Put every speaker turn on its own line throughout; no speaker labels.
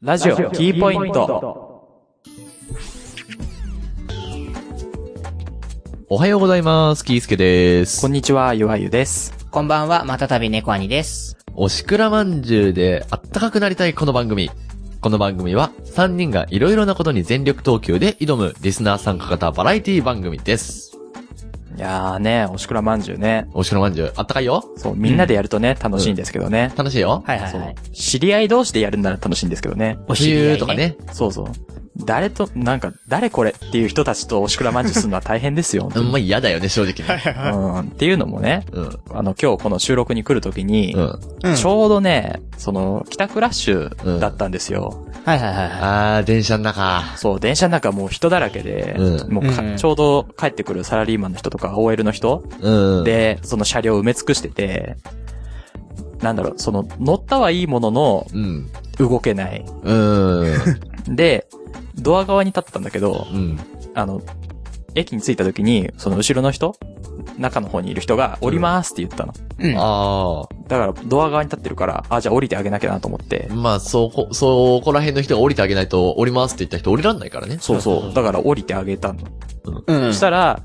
ラジオキーポイント。
おはようございます。キースケです
こ。んにちは、ゆわゆです。
こんばんは、またたび猫兄です。
おしくらまんじゅうであったかくなりたいこの番組。この番組は3人がいろいろなことに全力投球で挑むリスナー参加型バラエティ番組です。
いやーね、おしくらまんじゅうね。
おしくらまんじゅうあったかいよ
そう、みんなでやるとね、楽しいんですけどね。
楽しいよ
はいはいはい。
知り合い同士でやるんなら楽しいんですけどね。
お知り合い
冬
ね
とかね。
そうそう。誰と、なんか、誰これっていう人たちとおしくらまんじゅうするのは大変ですよ。
うん、まあ嫌だよね、正直ね。
うん。っていうのもね、
うん。
あの、今日この収録に来るときに、
うん。
うん
ちょうどね、その、帰宅ラッシュだったんですよ。
はいはいはいはい。
あー、電車の中。
そう、電車の中もう人だらけで、
うん
もうか
うん
ちょうど帰ってくるサラリーマンの人とか OL の人
うん。、
で、その車両を埋め尽くしてて、なんだろう、その、乗ったはいいものの、
うん。
動けない。
うん。
で、ドア側に立ってたんだけど、
うん。
あの、駅に着いた時に、その後ろの人中の方にいる人が、降りますって言ったの。
うん。
あ
だから、ドア側に立ってるから、あ、じゃあ降りてあげなきゃなと思って
ー。。まあ、そこ、そこら辺の人が降りてあげないと、降りますって言った人降りらんないからね。
そうそう。だから降りてあげたの。
うん
そしたら、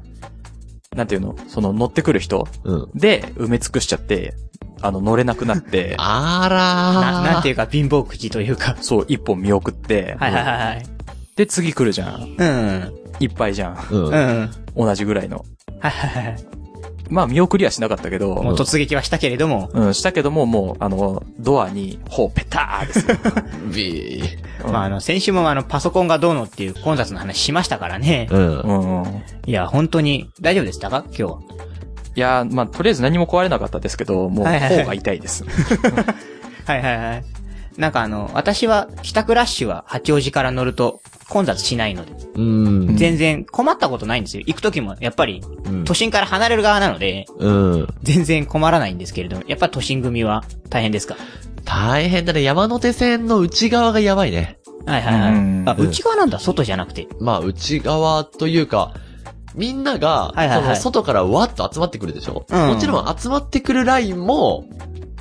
なんていうのその乗ってくる人
うん。
で、埋め尽くしちゃって、あの、乗れなくなっ て、
あらー。
な、なんていうか、貧乏くじというか。
そう、一本見送って、
はいはいはいはい。
で、次来るじゃん。
うん。
いっぱいじゃん。
うん。
うん。
同じぐらいの。
はいはいはい。
まあ、見送りはしなかったけ
もう
ど、
突撃はしたけれども。
うん、したけども、もう、あの、ドアに、ほう、ペターですよ。
ビー。
うん
まあ、あの、先週もあの、パソコンがどうのっていう混雑の話しましたからね。
うん
う。んうん。
いや、本当に、大丈夫でしたか今日は。
いやー、まあ、とりあえず何も壊れなかったですけど、もう、
はいはいはい
頬が痛いです。
はいはいはい。なんかあの、私は、帰宅ラッシュは八王子から乗ると混雑しないので、
うん。
全然困ったことないんですよ。行く時も、やっぱり
うん、
都心から離れる側なので、
うん。
全然困らないんですけれども、やっぱ都心組は大変ですか
大変だね。山手線の内側がやばいね。
はいはいはい。
うん
あ、内側なんだ、外じゃなくて。
まあ、内側というか、みんなが、
はいはいはい
その外からわっと集まってくるでしょ、
うん
もちろん集まってくるラインも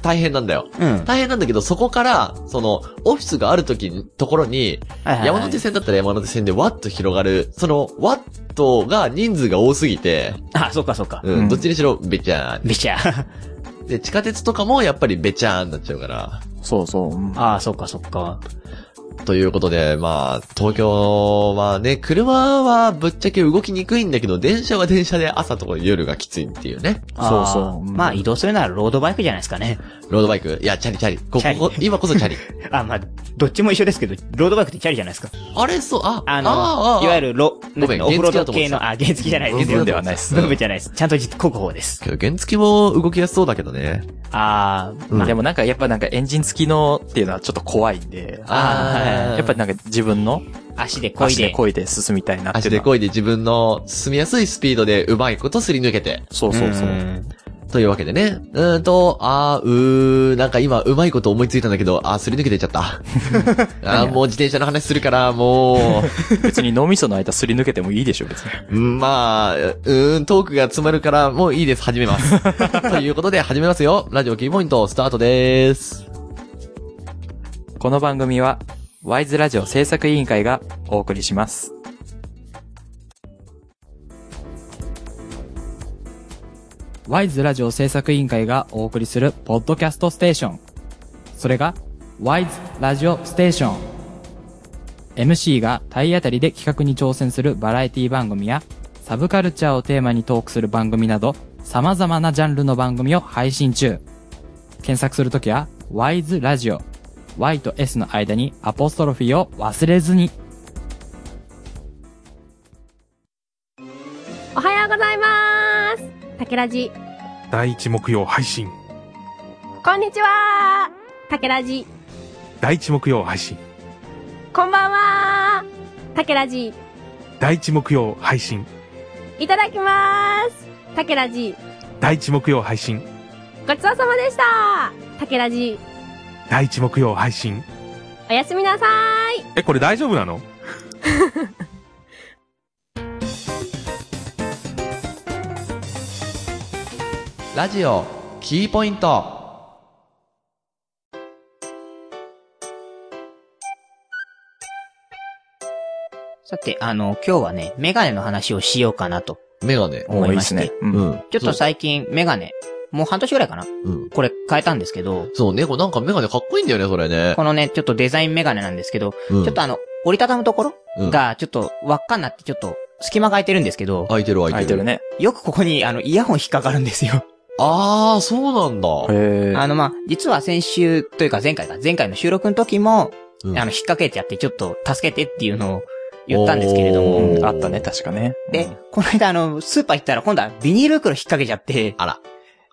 大変なんだよ。
うん。はい
大変なんだけど、そこから、その、オフィスがある時に、ところに、
はいはい、
山手線だったら山手線でわっと広がる、その、わっとが人数が多すぎて、
あ、そっかそっか。
うん、
うん
どっちにしろ、べちゃー
めちゃ。
ん。で、地下鉄とかもやっぱりべちゃーんになっちゃうから。
そうそう。うん
ああ、そっかそっか。
ということで、まあ、東京はね、車はぶっちゃけ動きにくいんだけど、電車は電車で朝とか夜がきついっていうね。
あー
そうそううん
まあ移動するならロードバイクじゃないですかね。
ロードバイクいや、チャリチャリ。こ
チャリ
ここ今こそ チャリ。
あ、まあ、どっちも一緒ですけど、ロードバイクってチャリじゃないですか。
あれ、そう、あ、
あ
あーあ
の、
ー
いわゆ。るロ、
ごめん
なんかオフロ
原
ー
付だと思っ
ド系
てた
の、あ、原付じゃないです
ブー
よ。
ムではないです
ブームじゃないです。ちゃんと実国宝です。
けど、原付も動きやすそうだけどね。
ああ、まあ
でもなんか、やっぱなんかエンジン付きのっていうのはちょっと怖いんで、
あー
やっぱりなんか自分の
足で漕い
足で
で。
漕いで進みたいなって
足
いうの
で
は。
漕いで自分の進みやすいスピードでうまいことすり抜けて。
そうそうそう。
ん
というわけでね。うーんと、あー、うー、なんか今うまいこと思いついたんだけど、あー、すり抜けていっち ゃった。あー、もう自転車の話するから、もう。
別に脳みその間すり抜けてもいいでしょ、別に。
うんまあ、うーん、トークが詰まるから、もういいです、始めます。 ということで、始めますよ。ラジオキーポイント、スタートでーす。
この番組は、ワイズラジオ制作委員会がお送りします。
ワイズラジオ制作委員会がお送りするポッドキャストステーション。それが、ワイズラジオステーション。MC が体当たりで企画に挑戦するバラエティ番組や、サブカルチャーをテーマにトークする番組など、様々なジャンルの番組を配信中。検索するときは、ワイズラジオ。Y と S の間にアポストロフィーを忘れずに。
おはようございます。たけらじ。
第一木曜配信。
こんにちは。たけらじ。
第一木曜配信。
こんばんは。たけらじ。
第一木曜配信。
いただきます。たけらじ。
第一木曜配信。
ごちそうさまでした。たけらじ。
第一木曜配信。
おやすみなさい。
え、これ大丈夫なの
ラジオ、キーポイント。
さて、あの、今日はね、メガネの話をしようかなと
メガネ。
思いまして。
おーいいっすねうん
うん。
ちょっと最近、メガネ、もう半年ぐらいかな
そう、うん。
これ変えたんですけど、
そう、猫なんかメガネかっこいいんだよね、それね。
このね、ちょっとデザインメガネなんですけど、
うん
ちょっとあの、折りたたむところ
うん
が、ちょっと輪っかになって、ちょっと隙間が空いてるんですけど、
開いてる開いてる。
空いてるね。
よくここに、あの、イヤホン引っかかるんですよ。
あー、そうなんだ。
へ
あの、まあ、実は先週というか前回か、前回の収録の時も、
うん
あの、引っ掛けてやって、ちょっと助けてっていうのを言ったんですけれども
お、ー
あったね、確かね。
で、この間あの、スーパー行ったら今度はビニール袋引っ掛けちゃって、
あら。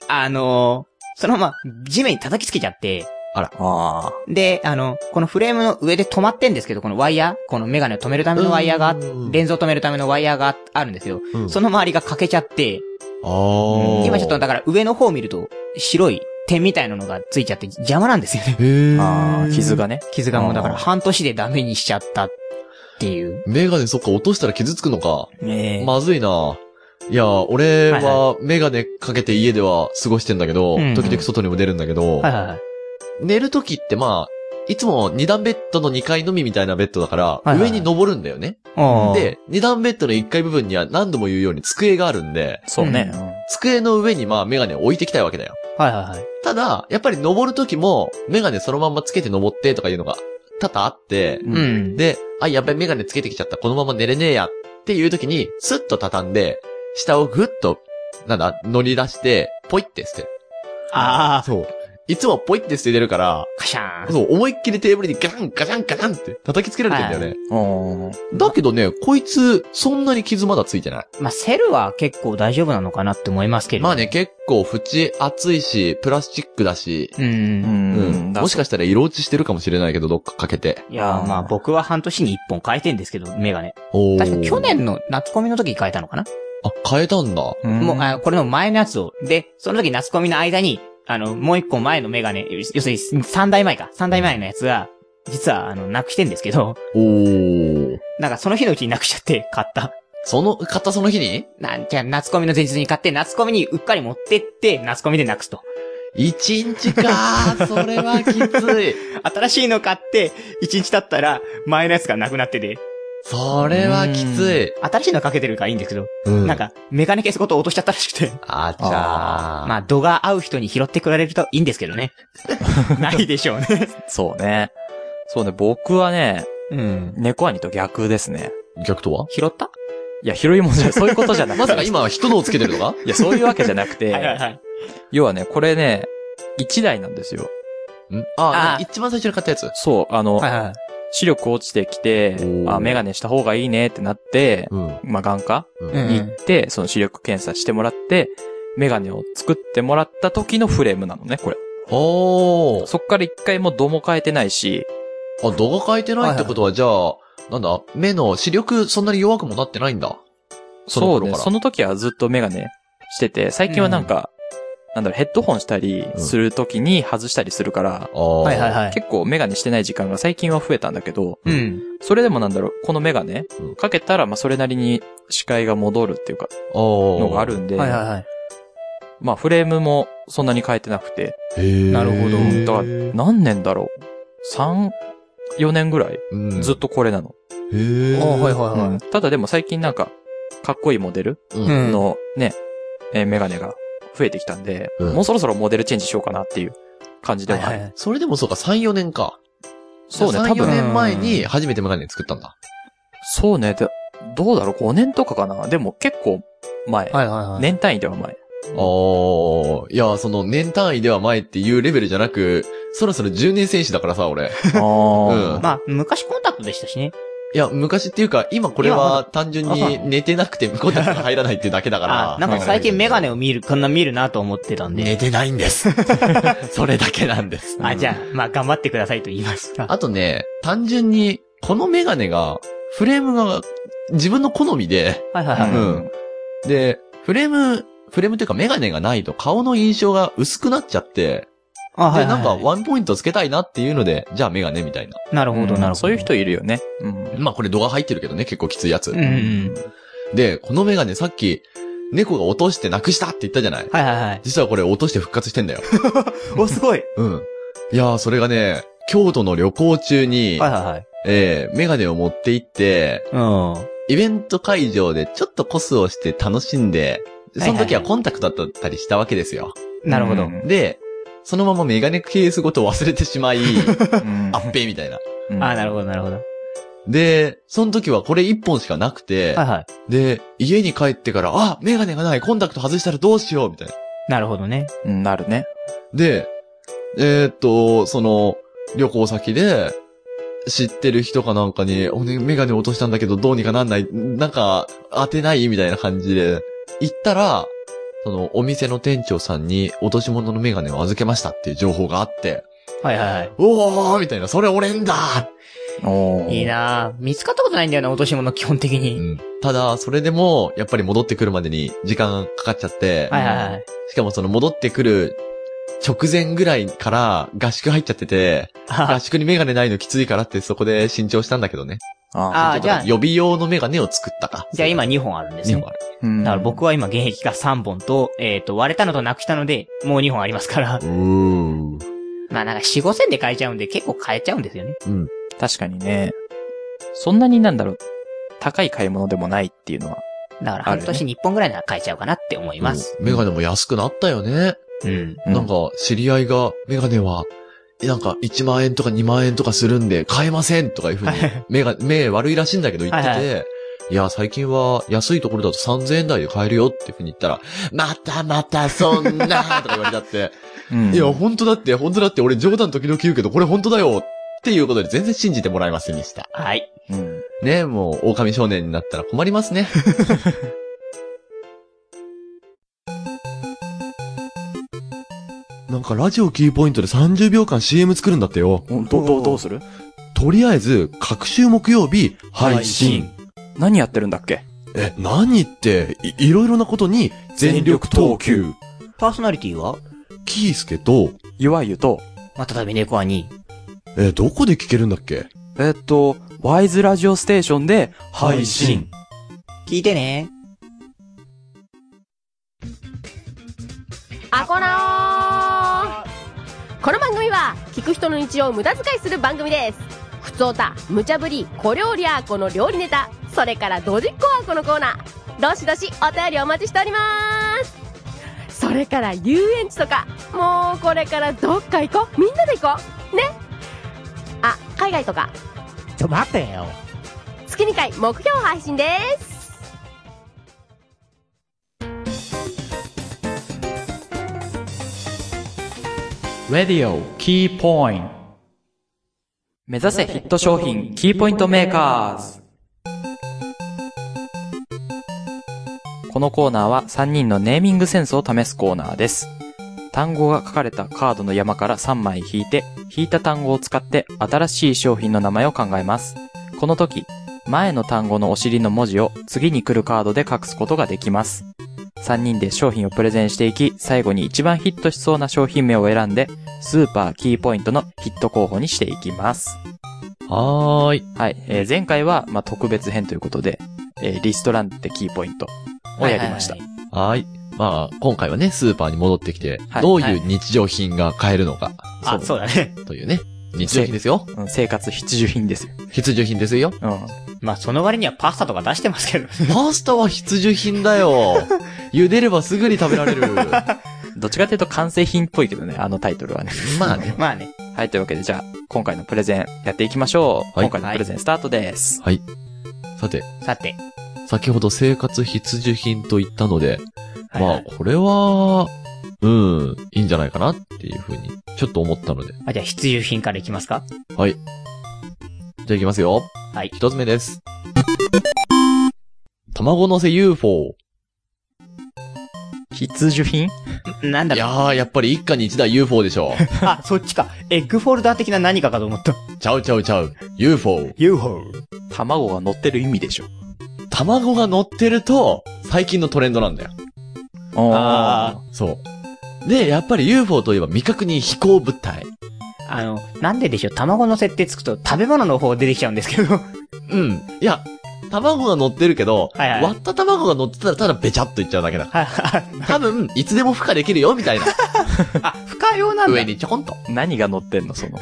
あのーそのまま地面に叩きつけちゃって、
ああ。
で、あの、このフレームの上で止まってんですけど、このワイヤー、このメガネを止めるためのワイヤーがあっ
うん
レンズを止めるためのワイヤーがあるんですよ。
うん
その周りが欠けちゃって、
あー。
今ちょっとだから上の方を見ると白い点みたいなのがついちゃって邪魔なんですよね。
へー。
ああ、傷。がね。
傷がもうだから
あー
半年でダメにしちゃったっていう。
メガネそっか、落としたら傷つくのか。
ねえ。
まずいな。いや、俺はメガネかけて家では過ごしてんだけど、
うん
時々外にも出るんだけど、
はいはいはい。
寝る時ってまあ、いつも二段ベッドの2階のみみたいなベッドだから、
いはい
上に登るんだよね。
おー、
で、二段ベッドの1階部分には何度も言うように机があるんで、
そうね。
机の上にまあメガネを置いてきたいわけだよ。
はいはいはい。
ただ、やっぱり登る時も、メガネそのまんまつけて登ってとかいうのが多々あって、
うん
うん。
で、あ、やっぱりメガネつけてきちゃった、このまま寝れねえやっていう時に、スッと畳んで、下をぐっと、なんだ、乗り出して、ポイって捨てる。
ああ、
そう。いつもポイって捨ててるから、
カシャーン。
そう、思いっきりテーブルにガシャンガシャンガシャンって叩きつけられてんだよね。
うん。うん
だけどね、こいつ、そんなに傷まだついてない。
まあ、セルは結構大丈夫なのかなって思いますけれど。
まあね、。結構縁厚いし、プラスチックだし、
う。
うん。
うんん。もしか
し
したら色落ちしてるかもしれないけど、どっかかけて。
いやーまあ僕は半年に一本変えてんですけど、メガネ。
おー
確か去。年の夏コミの時に変えたのかな
あ、変えたんだ。
て、
もう、
あ
あこれの前のやつを。で、その時夏コミの間に、あの、もう一個前のメガネ、要するに三代前か。三代前のやつが、実は、あの、なくしてんですけど、
おー。
なんかその日のうちになくしちゃって買った。
その、買ったその日に
なんじゃあ夏コミの前日に買って、夏コミにうっかり持ってって、夏コミでなくすと。
一日かー、それはきつい。
新しいの買って、一日経ったら、前のやつがなくなってて、
それはきつい。
新しいのかけてるからいいんですけど、
う
なん。か、メガネ消すことを落としちゃったらしくて。
あちゃー。
まあ、度が合う人に拾ってくれるといいんですけど ね。ないでしょうね。
そうね。そうね、僕はね、
うん。
猫兄と逆ですね。
逆とは
拾った
いや、広いもんじゃな い。そういうことじゃなくて。
まさか今は人のをつけてるのか
いや、そういうわけじゃなくて、
はいはいはい。
要はね、これね、一台なんですよ。
んあ
あ
一番最初に買ったやつ。
そう、あの、
はいはいはい。
視力落ちてきて
お、ー
あ、メガネした方がいいねってなって、
うん。
まあ、眼科
うん
うん
に行って、その視力検査してもらって、メガネを作ってもらった時のフレームなのね、これ。
おー。
そっから一回も度も変えてないし、
あ、度が変えてないってことは、じゃあ、なんだ、目の視力そんなに弱くもなってないんだ。その
そう
頃
ね、
から
その時はずっとメガネしてて、最近はなんか、なんだろう、ヘッドホンしたりする時に外したりするから、
あー。
はいはいはい。
結構メガネしてない時間が最近は増えたんだけど、
うん。
それでもなんだろう、このメガネ
うん
かけたら、まあそれなりに視界が戻るっていうか、
おー。
のがあるんで、
はいはいはい。
まあフレームもそんなに変えてなくて、
へー。
なるほど
だから何年だろう ?3、4年ぐらい
うん
ずっとこれなの、
へー。
あはいはい
うん
は
ただでも最近なんか、かっこいいモデル
うん
うん
のね、えーメガネが増えてきたんで、
うん
もうそろそろモデルチェンジしようかなっていう感じ
い。
で
は
は、
いはいはい。
それでもそうか、3、4年か。
そうね、多
3、4
分、
年前に初めてメガネ作ったんだ。
そうね、でどうだろう ?5 年とかかなでも結構前。
はいはいはい。
年単位では 前。
おー。いや、その年単位では前っていうレベルじゃなく、そろそろ10年選手だからさ、俺。
あ
うん
あ。
まあ、昔コンタクトでしたしね。
いや、昔っていうか、今これは単純に寝てなくてコンタクトが入らないっていうだけだか
あ
ら。
なんか最近メガ
ネ。
ネを見る、こんな見るなと思ってたん
寝
で。
てないんです。 それだけなんです。
あ、じゃあ、まあ頑張ってくださいと言いますが。
あとね、単純に、このメガネが、フレームが自分の好みで、
はいはいはい。
うん。で、フレーム、フレームというかメガネがないと顔の印象が薄くなっちゃって、
あ、はい
で、
はい
な
は
ん
い。
かワンポイントつけたいなっていうので、じゃあメガネみたいな。
なるほど、なるほど。
そういう人いるよね。うん。
まあこれ度が入ってるけどね、結構きついやつ。
うんうんうん。
で、このメガネさっき、猫が落としてなくしたって言ったじゃない
はいはいはい。
実はこれ落として復活してんだよ。
お、すごい。
うん。いやー、それがね、京都の旅行中に、
はいはいはい。
えーメガネを持って行って、
うん。
イベント会場でちょっとコスをして楽しんで、
はいはい
その時はコンタクトだったりしたわけですよ。
なるほど。
で、そのままメガネケースごと忘れてし まい、あっぺみたいな。
ああ、な
る
るほど、なるほど。
で、その時はこれ一本しかなくて、
はいはい。
で、家に帰ってから、あメガネがないコンタクト外したらどうしようみたいな。
なるほどね。
ほど。なるね。
で、えーっと、その、旅行先で、知ってる人かなんかに、おね、メガネ落としたんだけどどうにかなんない、なんか、当てないみたいな感じで、行ったら、その、お店の店長さんに落とし物のメガネを預けましたっていう情報があって、
はいはいはい。
おーみたいな、それ俺んだ
おー
いいなあ見つかったことないんだよな、落とし物、基本的
う
に。
ん。ただ、それでも、やっぱり戻ってくるまでに時間かかっちゃって、
はいはいはい。
しかもその戻ってくる直前ぐらいから合宿入っちゃってて、合宿にメガネないのきついからってそこで新調したんだけどね。
あ
あじゃあ
予備用のメガネを作ったか。
じゃあ今2本あるんです
2
よ。
本ある。
ーうん
だから僕は今現役が3本と、えっと、割れたのとなくしたので、もう2本ありますから。
う
まあなんか4、5千で買えちゃうんで結構買えちゃうんですよね。
確かにね、そんなになんだろう、高い買い物でもないっていうのは。
だ
あ
から
る
半
ね
年に1本ぐらいなら買えちゃうかなって思います。
メガネも安くなったよね。
うん。
うん
なんか、知り合いがメガネは、なんか1万円とか2万円とかするんで買えませんとかいうふうに、目が、目悪いらしいんだけど言ってて、
はい
いや、最近は安いところだと3000円台で買えるよっていうふうに言ったら、またまたそんなとか言われちゃって、
うん
いや、本当だって、本当だって、俺冗談時々言うけど、これ本当だよっていうことで全然信じてもらえませんでした。
はい。
うん。
ねもう、狼少年になったら困ります ね。なんかラジオキーポイントで30秒間 CM 作るんだってよ。
ど、ど、どうする
とりあえず、各週木曜日、配信。
何やってるんだっけ
え、何って、い、いろいろなことに、全力投球。
パーソナリティは
キースケと、
ゆわゆと、
またたび猫はに。
え、どこで聞けるんだっけ
えっと、ワイズラジオステーションで配信。
聞いてね。
アコラオこの番組は聞く人の日常を無駄遣いする番組ですふつおた無茶ぶり小料理アーコの料理ネタそれからドジっ子アーコのコーナーどしどしお便りお待ちしておりますそれから遊園地とかもうこれからどっか行こうみんなで行こうねあ海外とか
ちょ、待ってよ。
月2回目標配信です
レディオキーポイント。
目指せヒット商品、キーポイントメーカーズ。このコーナーは3人のネーミングセンスを試すコーナーです。単語が書かれたカードの山から3枚引いて、引いた単語を使って新しい商品の名前を考えます。この時、前の単語のお尻の文字を次に来るカードで隠すことができます。3人で商品をプレゼンしていき、最後に一番ヒットしそうな商品名を選んで、スーパーキーポイントのヒット候補にしていきます。
はーい。
はい。えー前回は、まあ、特別編ということで、えーリストランテキーポイントをやりました。
はい
はい。まあ、今回はね、スーパーに戻ってきて、
はい
どういう日常品が買えるのか、
あ、そうだね。
というね。日常品ですよ。
うん生活必需品ですよ。
必需品です よ。
うん。
まあ、その割にはパスタとか出してますけ ど。
パスタは必需品だよ。茹でればすぐに食べら れる。
どっちかというと完成品っぽいけどね、あのタイトルはね。
まあね。
まあね。
はい。というわけで、じゃあ、今回のプレゼンやっていきましょう。
はい
今回のプレゼンスタートです。
さて、
さて。
先ほど生活必需品と言ったので、
はいは
ま
い
あ、これは、うん、いいんじゃないかなっていうふうに、ちょっと思ったので。
あ、じゃあ必需品からいきますか
はい。じゃあ行きますよ。
はい
一つ目です。卵乗せ UFO。
必需品
なんだ
い
ろう。
やー、やっぱり一家に一台 UFO でしょ。
あ、そっちか。エッグフォルダー的な何かかと思った。
ちゃうちゃうちゃう。UFO。
UFO。
卵が乗ってる意味でしょ。
卵が乗ってると、最近のトレンドなんだよ。
あ
あ
そう。で、やっぱり UFO といえば未確認飛行物体。
あ。あの、なんででしょう。卵の設定つくと食べ物の方出てきちゃうんですけど。
うん。いや、卵が乗ってるけど、
はいはい
割った卵が乗ってたらただべちゃっといっちゃうだけだ。 多分、いつでも孵化できるよ、みたいな。
あ、不可用なんだ。
上にちょこんと。
何が乗ってんのその。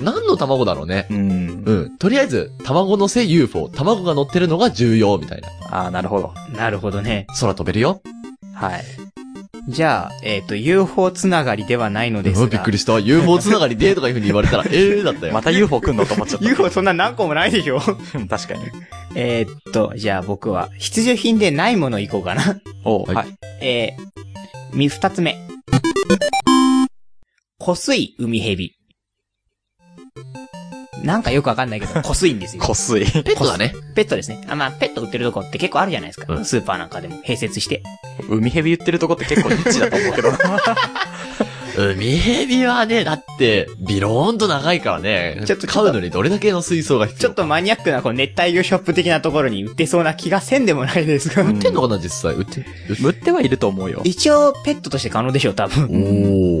何の卵だろうね。
うん。
うん。とりあえず、卵のせ UFO。卵が乗ってるのが重要、みたいな。
ああ、なるほど。
なるほどね。
空飛べるよ。
はい。
じゃあ、えっ、と、UFO つながりではないのです
う
が。
んびっくりした。UFO つながりでとかいう風に言われたら、ええだったよ。
また UFO 来んのと思っちゃっ
UFO そんな何個もないでしょ
た。うん確かに。
えーっと、じゃあ僕は必需品でないものいこうかな。
おう
はい
はい。
えー、み、二つ目。こすい海蛇。なんかよくわかんな いけど、こすいんですよ。
こすい。
ペットだね。
ペットですね。あ、まあ、ペット売ってるとこって結構あるじゃないですか。
うん
スーパーなんかでも併設して。
海蛇言ってるとこって結構ニッチだと思う けど。
海蛇はね、だって、ビローンと長いからね。
ちょっと
飼うのにどれだけの水槽が必要
ちょっとマニアックな、こう、熱帯魚ショップ的なところに売ってそうな気がせんでもないですが。
売ってんのかな、実際。売って、売って
売ってはいると思うよ。
一応、ペットとして可能でしょう、多分。
お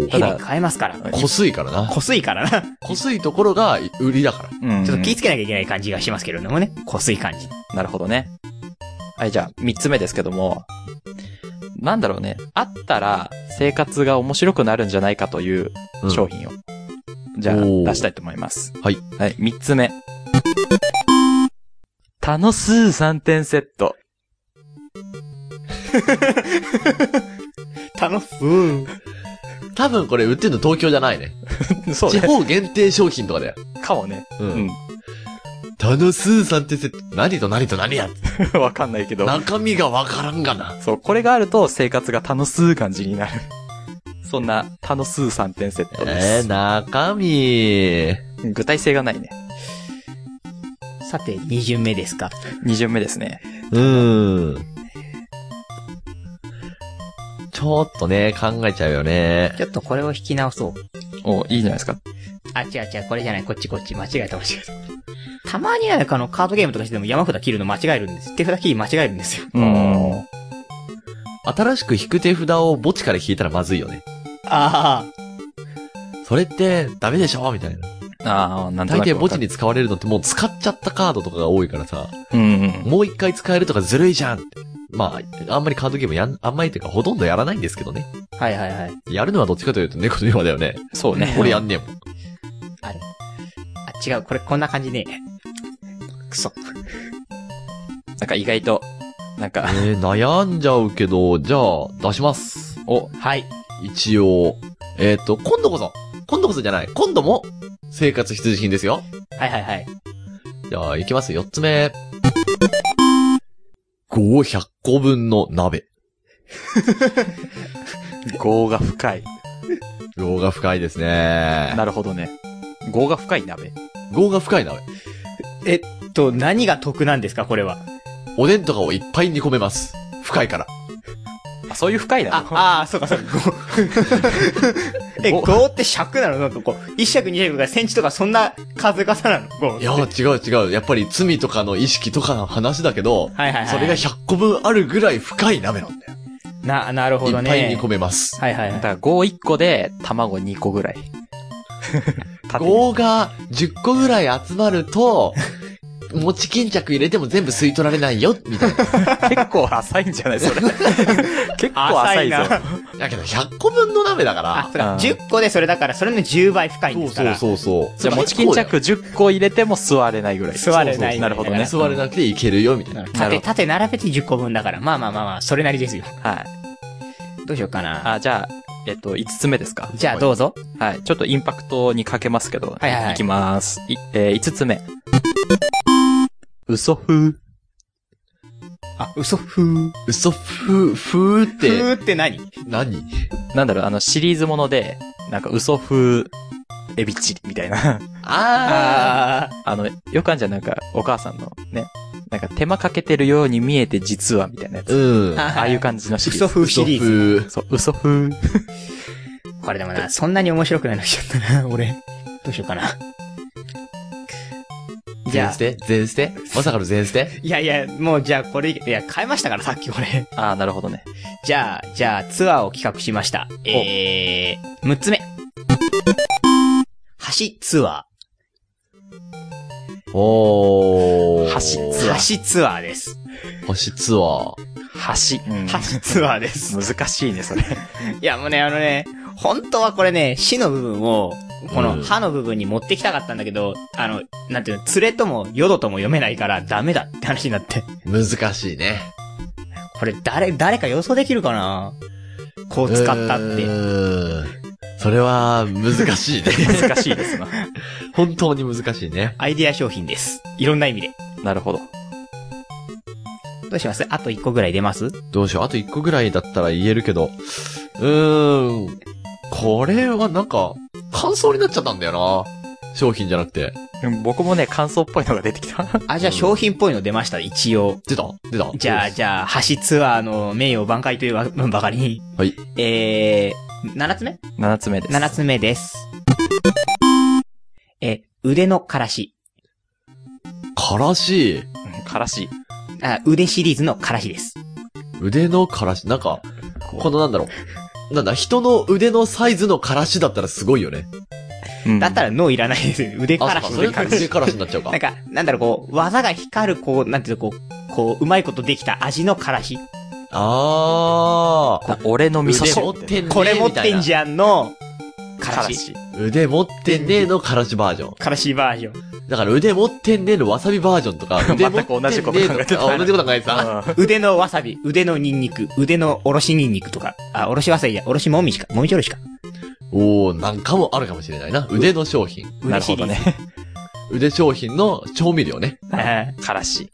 ー。
ただ
蛇買えますから。
こすいからな。
こすいからな。
こすいところが売りだから。
うん
ちょっと気ぃつけなきゃいけない感じがしますけれどもね。こすい感じ。
なるほどね。はい、じゃあ、三つ目ですけども、なんだろうね。あったら、生活が面白くなるんじゃないかという
うん
商品を、じゃあ、
おー
出したいと思います。
はい。
はい、三つ目。楽しい三点セット。
楽しうん。
多分これ売ってんの東京じゃ ないね。
そ
地。方限定商品とかだよ。
かもね。
う。
うんん。
楽しいさんってせ、何と何と何やって
わかんないけど。
中身がわからんがな。
そう、これがあると生活が楽しい感じになる。そんな、楽しい三点セット
え
で
ー、
す。
中身。
具体性がないね。
さて、二巡目ですか。
二巡目ですね。
うーん。ちょっとね、考えちゃうよね。
ちょっとこれを引き直そう。
お、いいじゃないですか。
あ、違う違う、これじゃない、こっちこっち、間違えた間違えた。たまになんかあの、カードゲームとかしてても山札切るの間違えるんです。手札切り間違えるんですよ。
うん。
新しく引く手札を墓地から引いたらまずいよね。
あ
それって、ダメでしょみたいな。
ああ、なんと
大
なく
抵
わか
墓地
る。
に使われるのってもう使っちゃったカードとかが多いからさ、
うんうん。
もう一回使えるとかずるいじゃんって。まあ、あんまりカードゲームやん、あんまりというかほとんどやらないんですけどね。
あ。はいはいはい。
やるのはどっちかというと猫の今だよね。
そうね。
俺やんねえもん。
あ、違う、これこんな感じね。くそ。
なんか意外と、なん か、
えー、悩んじゃうけど、じゃあ、出します。
お、
はい。
一応。えっ、と、今度こそ今度こそじゃない今度も生活必需品ですよ。
はいはいはい。
じゃあ、いきます。四つ目。500個分の鍋。
語が深い。
業が深いですね。
なるほどね。語が深い鍋。
業が深い鍋。
えっと、何が得なんですか、これは。
おでんとかをいっぱい煮込めます。深いから。
あ、そういう深いな
あ、ああ、そうかそうか、ごえ、
ご
5って尺なのなんかこう、1尺2尺とかセンチとかそんな数え方なの ?5。
いやー、違う違う。やっぱり罪とかの意識とかの話だけど、
はいはいはい。
それが100個分あるぐらい深い鍋なんだよ。
な、なるほ
い
ど
っ
ね。
ぱい煮込めます。
はいはいは
だ
い
か。ら語1個で卵2個ぐらい。縦に
業が10個ぐらい集まると、餅巾着入れても全部吸い取られないよ、みたいな。
結構浅いんじゃないそれ。結構浅
浅
い
い
ぞ
な。。
だけど100個分の鍋だか
あ、
ら
そ。うか
うん
10個でそれだから、それの10倍深いん
そ
で
う
すか
そう
ら。
そうそう。
じゃあ、餅巾着10個入れても座れないぐらい。
座れない
そうそうそうなるほどね。
座れなくていけるよ、みたいな。
なるほ
縦、
ど
縦並べて10個分だから、まあまあまあまあ、それなりですよ。
はい。
どうしようかな。
あ、じゃあ、えっと、5つ目ですか。
じゃあどうぞ。
はい。ちょっとインパクトにかけますけど。
はいはいはい
きます。い、えー、5つ目。嘘風。
あ、嘘風。
嘘ふ、ふーって
風って何
何、
なんだろう、あの、シリーズもので、なんか嘘風、エビチリみたいな。
あ
あー
あの、よくあるじゃん、なんか、お母さんのね、なんか手間かけてるように見えて実はみたいなや
ー。
つ。
うん。
ああいう感じのシリーズ。
嘘風シリーズ。
ズ。
そう、嘘風。
これでもな、そんなに面白くないのちゃったな、 俺。どうしようかな。じゃ
全
あ
捨、て全捨てまさかの全捨て
いやいや、もうじゃあこれ、いや、変えましたから、さっきこれ。
ああ、なるほどね。
じゃあ、じゃあ、ツアーを企画しました。えー、6つ目。橋ツア
おー。
橋ツアー。
ー。橋ツアーです。
橋ツアー。
橋。うん
橋ツアーです。
難しいね、それ。
いや、もうね、あのね、本当はこれね、死の部分を、こ
う
の
ん
歯の部分に持ってきたかったんだけど、あの、なんていうの、連れとも、よどとも読めないから、ダメだって話になって。
難しいね。
これ、誰、誰か予想できるかなこう使ったって。
うーん。それは、難しいね。
難しいです な。
本当に難しいね。
アイディア商品です。いろんな意味で。
なるほど。
どうしますあと1個ぐらい出ます
どうしよう。あと一個ぐらいだったら言えるけど。うーん。これはなんか、感想になっちゃったんだよな。商品じゃなくて。
うん僕もね、感想っぽいのが出てきた。
あ、じゃあ商品っぽいの出ました、一応。
出た出た
じゃあ、じゃあ、橋ツアーの名誉挽回という分ばかりに。
はい。
えー、7つ目
7つ目です。
?7 つ目です。え、腕のからし。
からし。
うんからし。
あ、腕シリーズのからしです。
腕のからし。なんか、このなんだろう。なんだ、人の腕のサイズのからしだったらすごいよね。
うん
だったら脳いらないですよ。腕か
あ、そ
ら
うか、
し。
それ
腕
か
からら
腕
し。
からしになっちゃうか
なん。か、なんだろう、こう、技が光る、こう、なんていうの、こう、こう、うまいことできた味のからし。
あー。
な俺の味噌
腕
汁
持ってんね
これ持ってんじ
ゃ
ゃんの、か
からら
し。
し。
ん。腕持ってんねーのからしバージョン。
からしバージョン。
だから腕持ってんねーのわさびバージョンとか、腕持ってんね
全
ーの
く同じこと考えてた
あ同じこと考えてた。
腕のわさび、腕のニンニク、腕のおろしニンニクとか、あ、おろしわさびや、おろしもみしか、もみじおろしか。
おー、なんかもあるかもしれないな。腕の商品。
うんなるほどね。
腕商品の調味料ね。
あー
からし。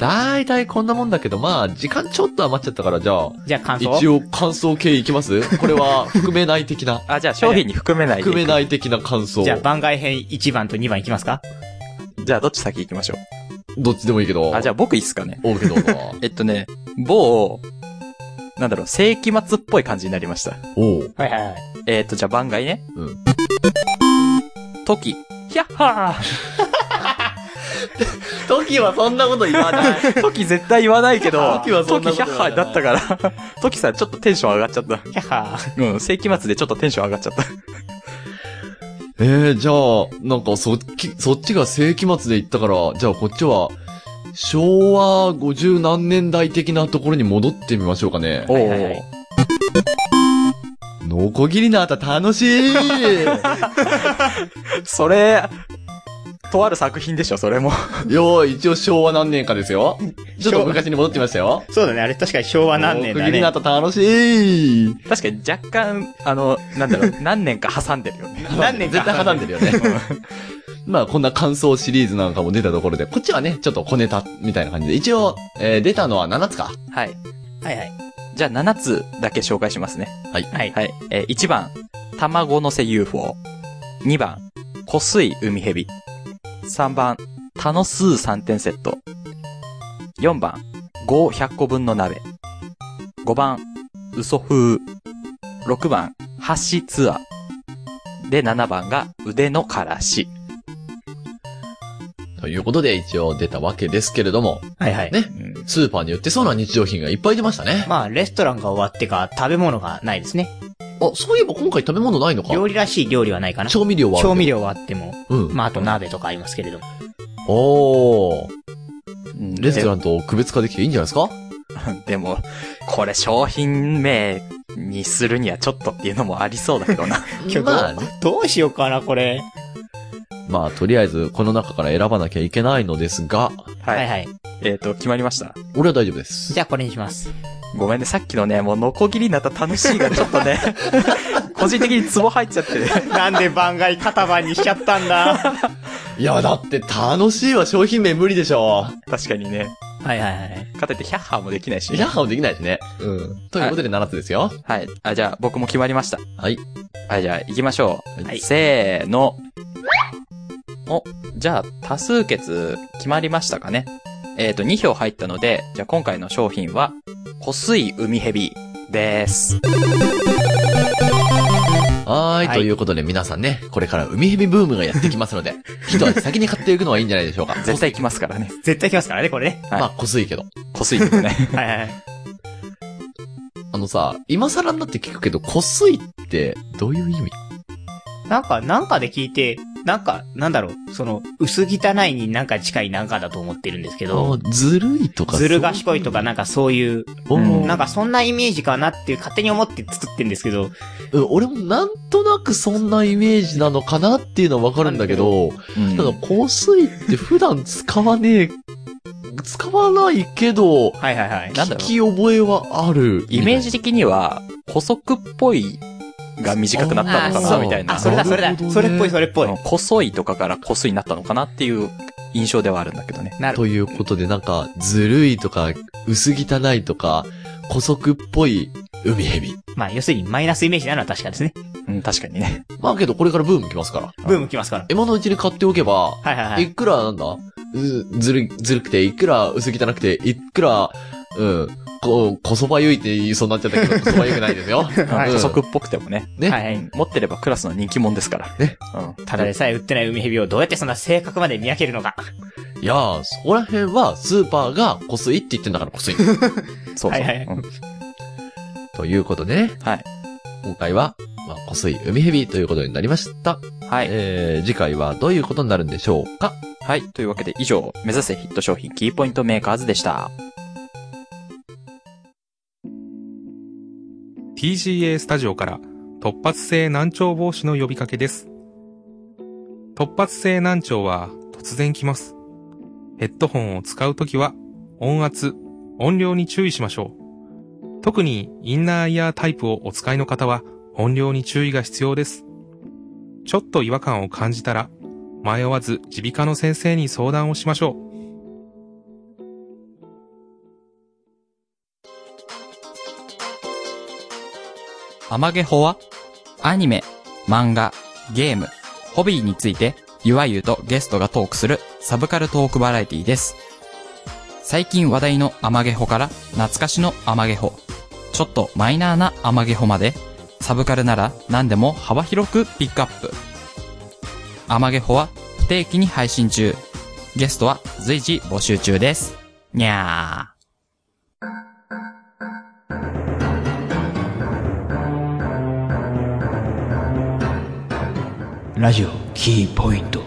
だいたいこんなもんだけど、まあ、時間ちょっと余っちゃったから、じゃあ、
じゃあ感想
一応感想系いきますこれは、含めない的な。
あ、じゃあ商品に含めないでいく
含めない的な感想。
じゃあ番外編1番と2番いきますか
じゃあどっち先行きましょう。
どっちでもいいけど。
あ、じゃ
ゃ
あ僕いいっすかね。
あ。OK どうぞ。
えっとね、某、なんだろう、世紀末っぽい感じになりました。
おう。
はいはいはい。
えっと、じゃあ番外ね。
うん。
時。ひゃっは
トキはそんなこと言わない。
ー 時絶対言わないけど、
時はそんな
時
こと
ひゃっはーだったから、 時さ、ちょっとテンション上がっちゃった。
キャッハー。
うん、世紀末でちょっとテンション上がっちゃった。
えー、じゃあ、なんかそっち、そっちが世紀末で言ったから、じゃあこっちは、昭和50何年代的なところに戻ってみましょうかね。
お
はいはいはい
ー。
ノコギリのあた楽し い
それ、とある作品でしょ、それも。
よー、一応昭和何年かですよ。ちょっと昔に戻ってみましたよ。
そうだね、あれ確かに昭和何年
ノコ
だ
ギリ
ね
の。あた楽しい
確かに若干、あの、なんだろう、何年か挟んでるよね。
何年か
絶対挟んでるよ ね。まあ、こんな感想シリーズなんかも出たところで、こっちはね、ちょっと小ネタみたいな感じで。一応、えー出たのは7つか。
はい。
はいはい。
じゃあ7つだけ紹介しますね。
はい。
はい。えー1番、卵乗せ UFO。2番、湖水海蛇。3番、タノスー3点セット。4番、5 100個分の鍋。5番、嘘風。6番、橋ツアー。で、7番が腕のからし。
ということで、一応出たわけですけれども、
はいはい。
ね
うん
スーパーに売ってそうな日常品がいっぱい出ましたね。
まあ、レストランが終わってか、食べ物がないですね。
あ、そういえば今回食べ物ないのか
料理らしい料理はないかな。
調味料はある
調味料はあっても、
料。うん。
まあ、あと鍋とかありますけれども。
おー。
うん
レストランと区別化できていいんじゃないですか
でも、これ商品名にするにはちょっとっていうのもありそうだけどな。
今日どう
まあね。
どうしようかな、これ。
まあ、とりあえず、この中から選ばなきゃいけないのですが、
は
はい
い。
はい。
えっ、と、決まりました。
俺は大丈夫です。
じゃあこれにします。
ごめんね、さっきのね、もう、ノコギリになった楽しい がちょっとね、個人的にツボ入っちゃってね。
なんで番外型番にしちゃったんだ
いや、だって楽しいは商品名無理でしょ。
確かにね。
はいはいはい。
かといって、ヒャッハーもできないし。
ヤッハもできないしね。うん。ということで7つですよ。
はい。あ、じゃあ、僕も決まりました。
はい。
はい、じゃあ、行きましょう。
はい
せーの。お、じゃあ、多数決、決まりましたかね。えっ、と、2票入ったので、じゃあ、今回の商品は、湖水海蛇です。
はーい。
はい
ということで皆さんね、これから海蛇ブームがやってきます ので、一足先に買っていくのはいいんじゃないでしょうか。
絶対来ますからね。
絶対来ますからね、これね。
はい
まあ、こすいけど。
湖水蛇ね。
はいはい。
あのさ、今更になって聞くけど、こすいって、どういう意味
なんか、なんかで聞いて、なんか、なんだろう、その、薄汚いになんか近いなんかだと思ってるんですけ
あ
ど、
ーずるいとか。
ずる賢いとかなんかそういう、
そういうの。
う
なんかそんなイメージかなっていう勝手に思って作ってんですけど、
うん俺もなんとなくそんなイメージなのかなっていうのはわかるんだけど、
うん
ただ香水って普段使わねえ、使わないけど、
はいはいはい。
なんだ
聞
ろう
き覚えはある。
イメージ的には、古速っぽいが短くなったのか
あ
な、みたいな。
あ、それだそ
な
れだ、
るほどね
それっぽいそれっぽい
あの。細いとかから細いになったのかなっていう印象ではあるんだけどね。
なる
ということで、なんか、ずるいとか、薄汚いとか、古速っぽい海蛇。
まあ、要するにマイナスイメージなのは確かですね。
うん、確かにね。
まあけど、これからブーム来ますから。
ブーム来ますから。
今のうちに買っておけば、
はいはいはい
い、。くらなんだうずる、ずるくて、いくら薄汚くて、いくら、うん、こ、こそばゆいって言いそうになっちゃったけど、こそばゆくないですよ。
はい
古速っぽくてもね。
ね
はいはい。
持ってればクラスの人気者ですから。
ね。
うん。
ただでさえ売ってない海蛇をどうやってそんな性格まで見分けるのか。
いやー、そこら辺は、スーパーが、こすいって言ってんだから、こすい。
そうそう。
はいはい
うん
ということでね、
はい。
今回は、まあ、こすい海蛇ということになりました。
はい。
えー、次回はどういうことになるんでしょうか
はい。というわけで以上、目指せヒット商品キーポイントメーカーズでした。
TGA スタジオから突発性難聴防止の呼びかけです。突発性難聴は突然来ます。ヘッドホンを使うときは音圧、音量に注意しましょう。特にインナーイヤータイプをお使いの方は音量に注意が必要です。ちょっと違和感を感じたら迷わず耳鼻科の先生に相談をしましょう。
アマゲホはアニメ、漫画、ゲーム、ホビーについて、いわゆるとゲストがトークするサブカルトークバラエティです。最近話題のアマゲホから懐かしのアマゲホ、ちょっとマイナーなアマゲホまで、サブカルなら何でも幅広くピックアップ。アマゲホは不定期に配信中。ゲストは随時募集中です。にゃー。
ラジオキーポイント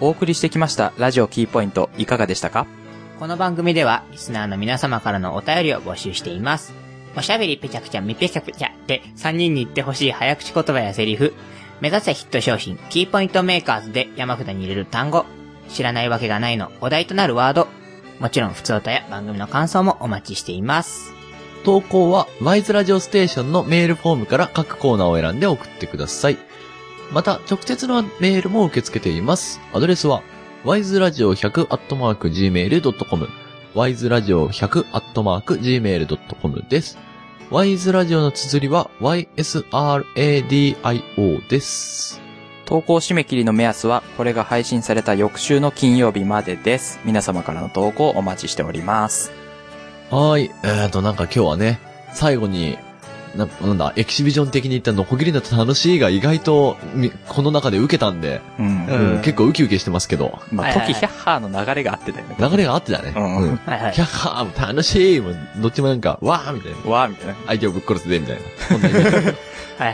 お送りしてきましたラジオキーポイントいかがでしたか
この番組では、リスナーの皆様からのお便りを募集しています。おしゃべりぺちゃくちゃみぺちゃくちゃって3人に言ってほしい早口言葉やセリフ、目指せヒット商品、キーポイントメーカーズで山札に入れる単語、知らないわけがないのお題となるワード、もちろん普通歌や番組の感想もお待ちしています。
投稿は、ワイズラジオステーションのメールフォームから各コーナーを選んで送ってください。また、直接のメールも受け付けています。アドレスは、ワイズラジオ100アットマーク Gmail.com、ワイズラジオ100アットマーク Gmail.com です。ワイズラジオの綴りは、YSRADIO です。
投稿締め切りの目安は、これが配信された翌週の金曜日までです。皆様からの投稿をお待ちしております。
はーい。えーと、なんか今日はね、最後に、な、なんだ、エキシビジョン的に言ったのこぎりの楽しいが意外と、みこの中で受けたんで、
うん。
うん、結構ウキウキしてますけど、
ま
は
あ、
いはい
時ヒャッハーの流れがあってたよね。
流れがあってたね。
うんうん
うん。
はいは
キャッハーも楽しいもうどっちもなんか、わーみたいな。
わーみたいな。
相手をぶっ殺すで、みたいな。こんなイメージ
はい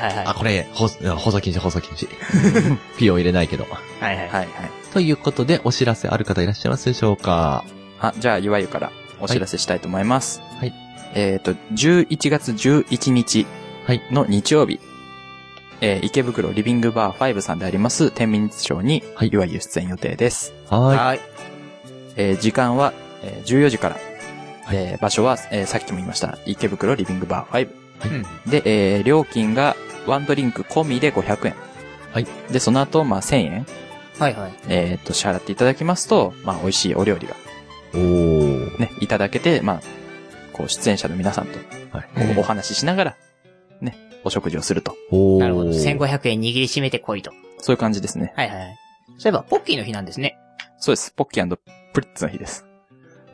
はいはい
あ、これ、放送放送禁止、放送禁止。 ピを入れないけど。
はいはい。
はいはい。
ということで、お知らせある方いらっしゃいますでしょうか
あ、じゃあ、いわゆからお知らせしたいと思います。
はい。
えっ、と、11月11日
はい
の日曜日、えー池袋リビングバー5さんであります、天秤ショーに、
はい
いわゆ出演予定です。
は
はい。
えー時間は、えー14時から、えー場所は、えーさっきも言いました、池袋リビングバー5。で、えー料金がワンドリンク込みで500円。
はい。
で、その後、まあ、1000円、
はいはい。
えっ、と、支払っていただきますと、まあ、美味しいお料理が
い。おー。
ね、いただけて、まあ、こう、出演者の皆さんと、
はい
こうお話ししながら、ね、お食事をすると。
おー。
なるほど。1500円握りしめてこいと。
そういう感じですね。
はいはいはい。そういえば、ポッキーの日なんですね。
そうです。ポッキープリッツの日です。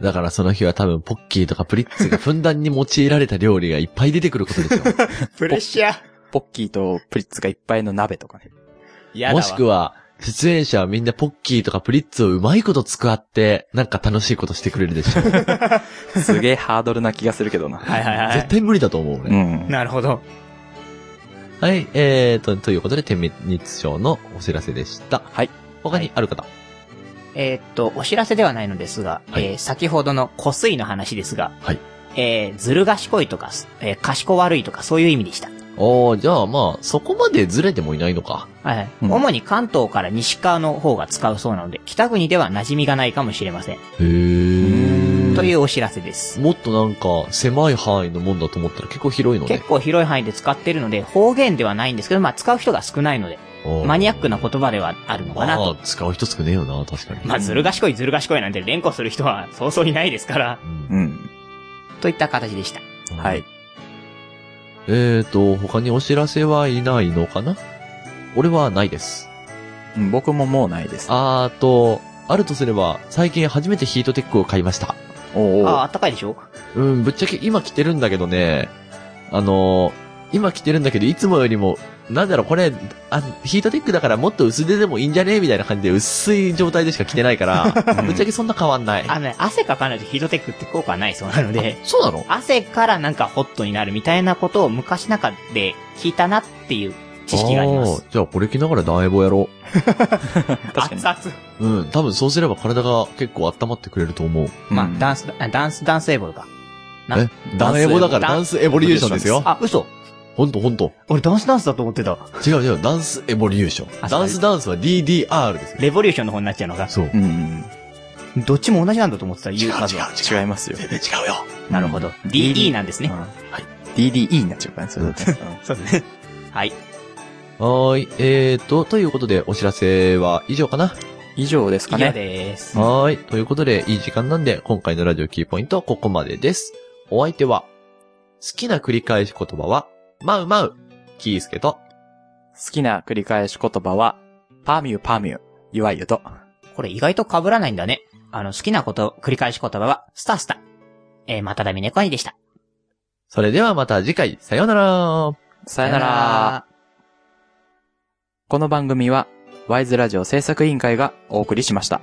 だからその日は多分、ポッキーとかプリッツがふんだんに用いられた料理がいっぱい出てくることですよ。
プレッシャー。
ポッキーとプリッツがいっぱいの鍋とかね。
やだわ
もしくは、出演者はみんなポッキーとかプリッツをうまいこと使って、なんか楽しいことしてくれるでしょ。絶
すげえハードルな気がするけど な。
はいはいはい。
対無理だと思う
う
ね。
ん。
なるほど。
はい、えーと、ということで、天日賞のお知らせでした。
はい。
他にある方。
えーっと、お知らせではないのですが、
はい
えー先ほどの湖水の話ですが、
はい
えーずる賢いとか、えー賢悪いとか、そういう意味でした。
おー、じゃあまあ、そこまでずれてもいないのか。
はいはい、
うん
主に関東から西側の方が使うそうなので、北国では馴染みがないかもしれません。
へー
というお知らせです。
もっとなんか、狭い範囲のもんだと思ったら結構広いのね
結。構広い範囲で使ってるので、方言ではないんですけど、まあ使う人が少ないので、
あー
マニアックな言葉ではあるのかなと。
あー使う人少ねえよな、確かに。
まあずる賢いずる賢いなんて連呼する人はそうそういないですから、
うん
うん。
といった形でした。
はい。。
えーと、他にお知らせはいないのかな俺はないです。
うん僕ももうないです。
あーと、あるとすれば、最近初めてヒートテックを買いました。
おうお
ああ、
う。
あったかいでしょ
うん、ぶっちゃけ今着てるんだけどね、あのー今着てるんだけど、いつもよりも、なんだろう、これ、あ、ヒートテックだからもっと薄手でもいいんじゃねみたいな感じで薄い状態でしか着てない から、ぶっちゃけそんな変わんない。
あのね、汗かかないとヒートテックって効果はないそうなので、
そうなの
汗からなんかホットになるみたいなことを昔なんかで聞いたなっていう知識があります。
ーじゃあこれ着ながら暖エボやろ
確かに。
熱々。
う。うん、多分そうすれば体が結構温まってくれると思う。
うん
まあ、ダンス、あダンス、ダンスエボルか。な
え暖エボだから
ダ
ダ
ン
ンスエボリューションですよ。
あ、嘘。
ほんとほんと。
俺ダンスダンスだと思ってた。
違う違う、ダンスエボリューショ
あ
ン。ダンスダンスは DDR ですよ。
レボリューションの方になっちゃうのが。
そう。
うんうん。
どっちも同じなんだと思ってた、言う数は。
違いますよ。
全然違うよ。
なるほど。DE なんですね。
DDE になっちゃうからね、それだとね。
そうですね。はい。
はーい。えーと、ということで、お知らせは以上かな。
以上ですか
以上
ね。
です。
はーい。ということで、いい時間なんで、今回のラジオキーポイント、ここまでです。お相手は、好きな繰り返し言葉は、まうまう、キースケと、
好きな繰り返し言葉は、パミュパミュ、いわゆと。
これ意外と被らないんだね。あの、好きなこと、繰り返し言葉は、スタスタ。えー、まただみねこにでした。
それではまた次回、さようなら。
さよなら。。この番組は、ワイズラジオ制作委員会がお送りしました。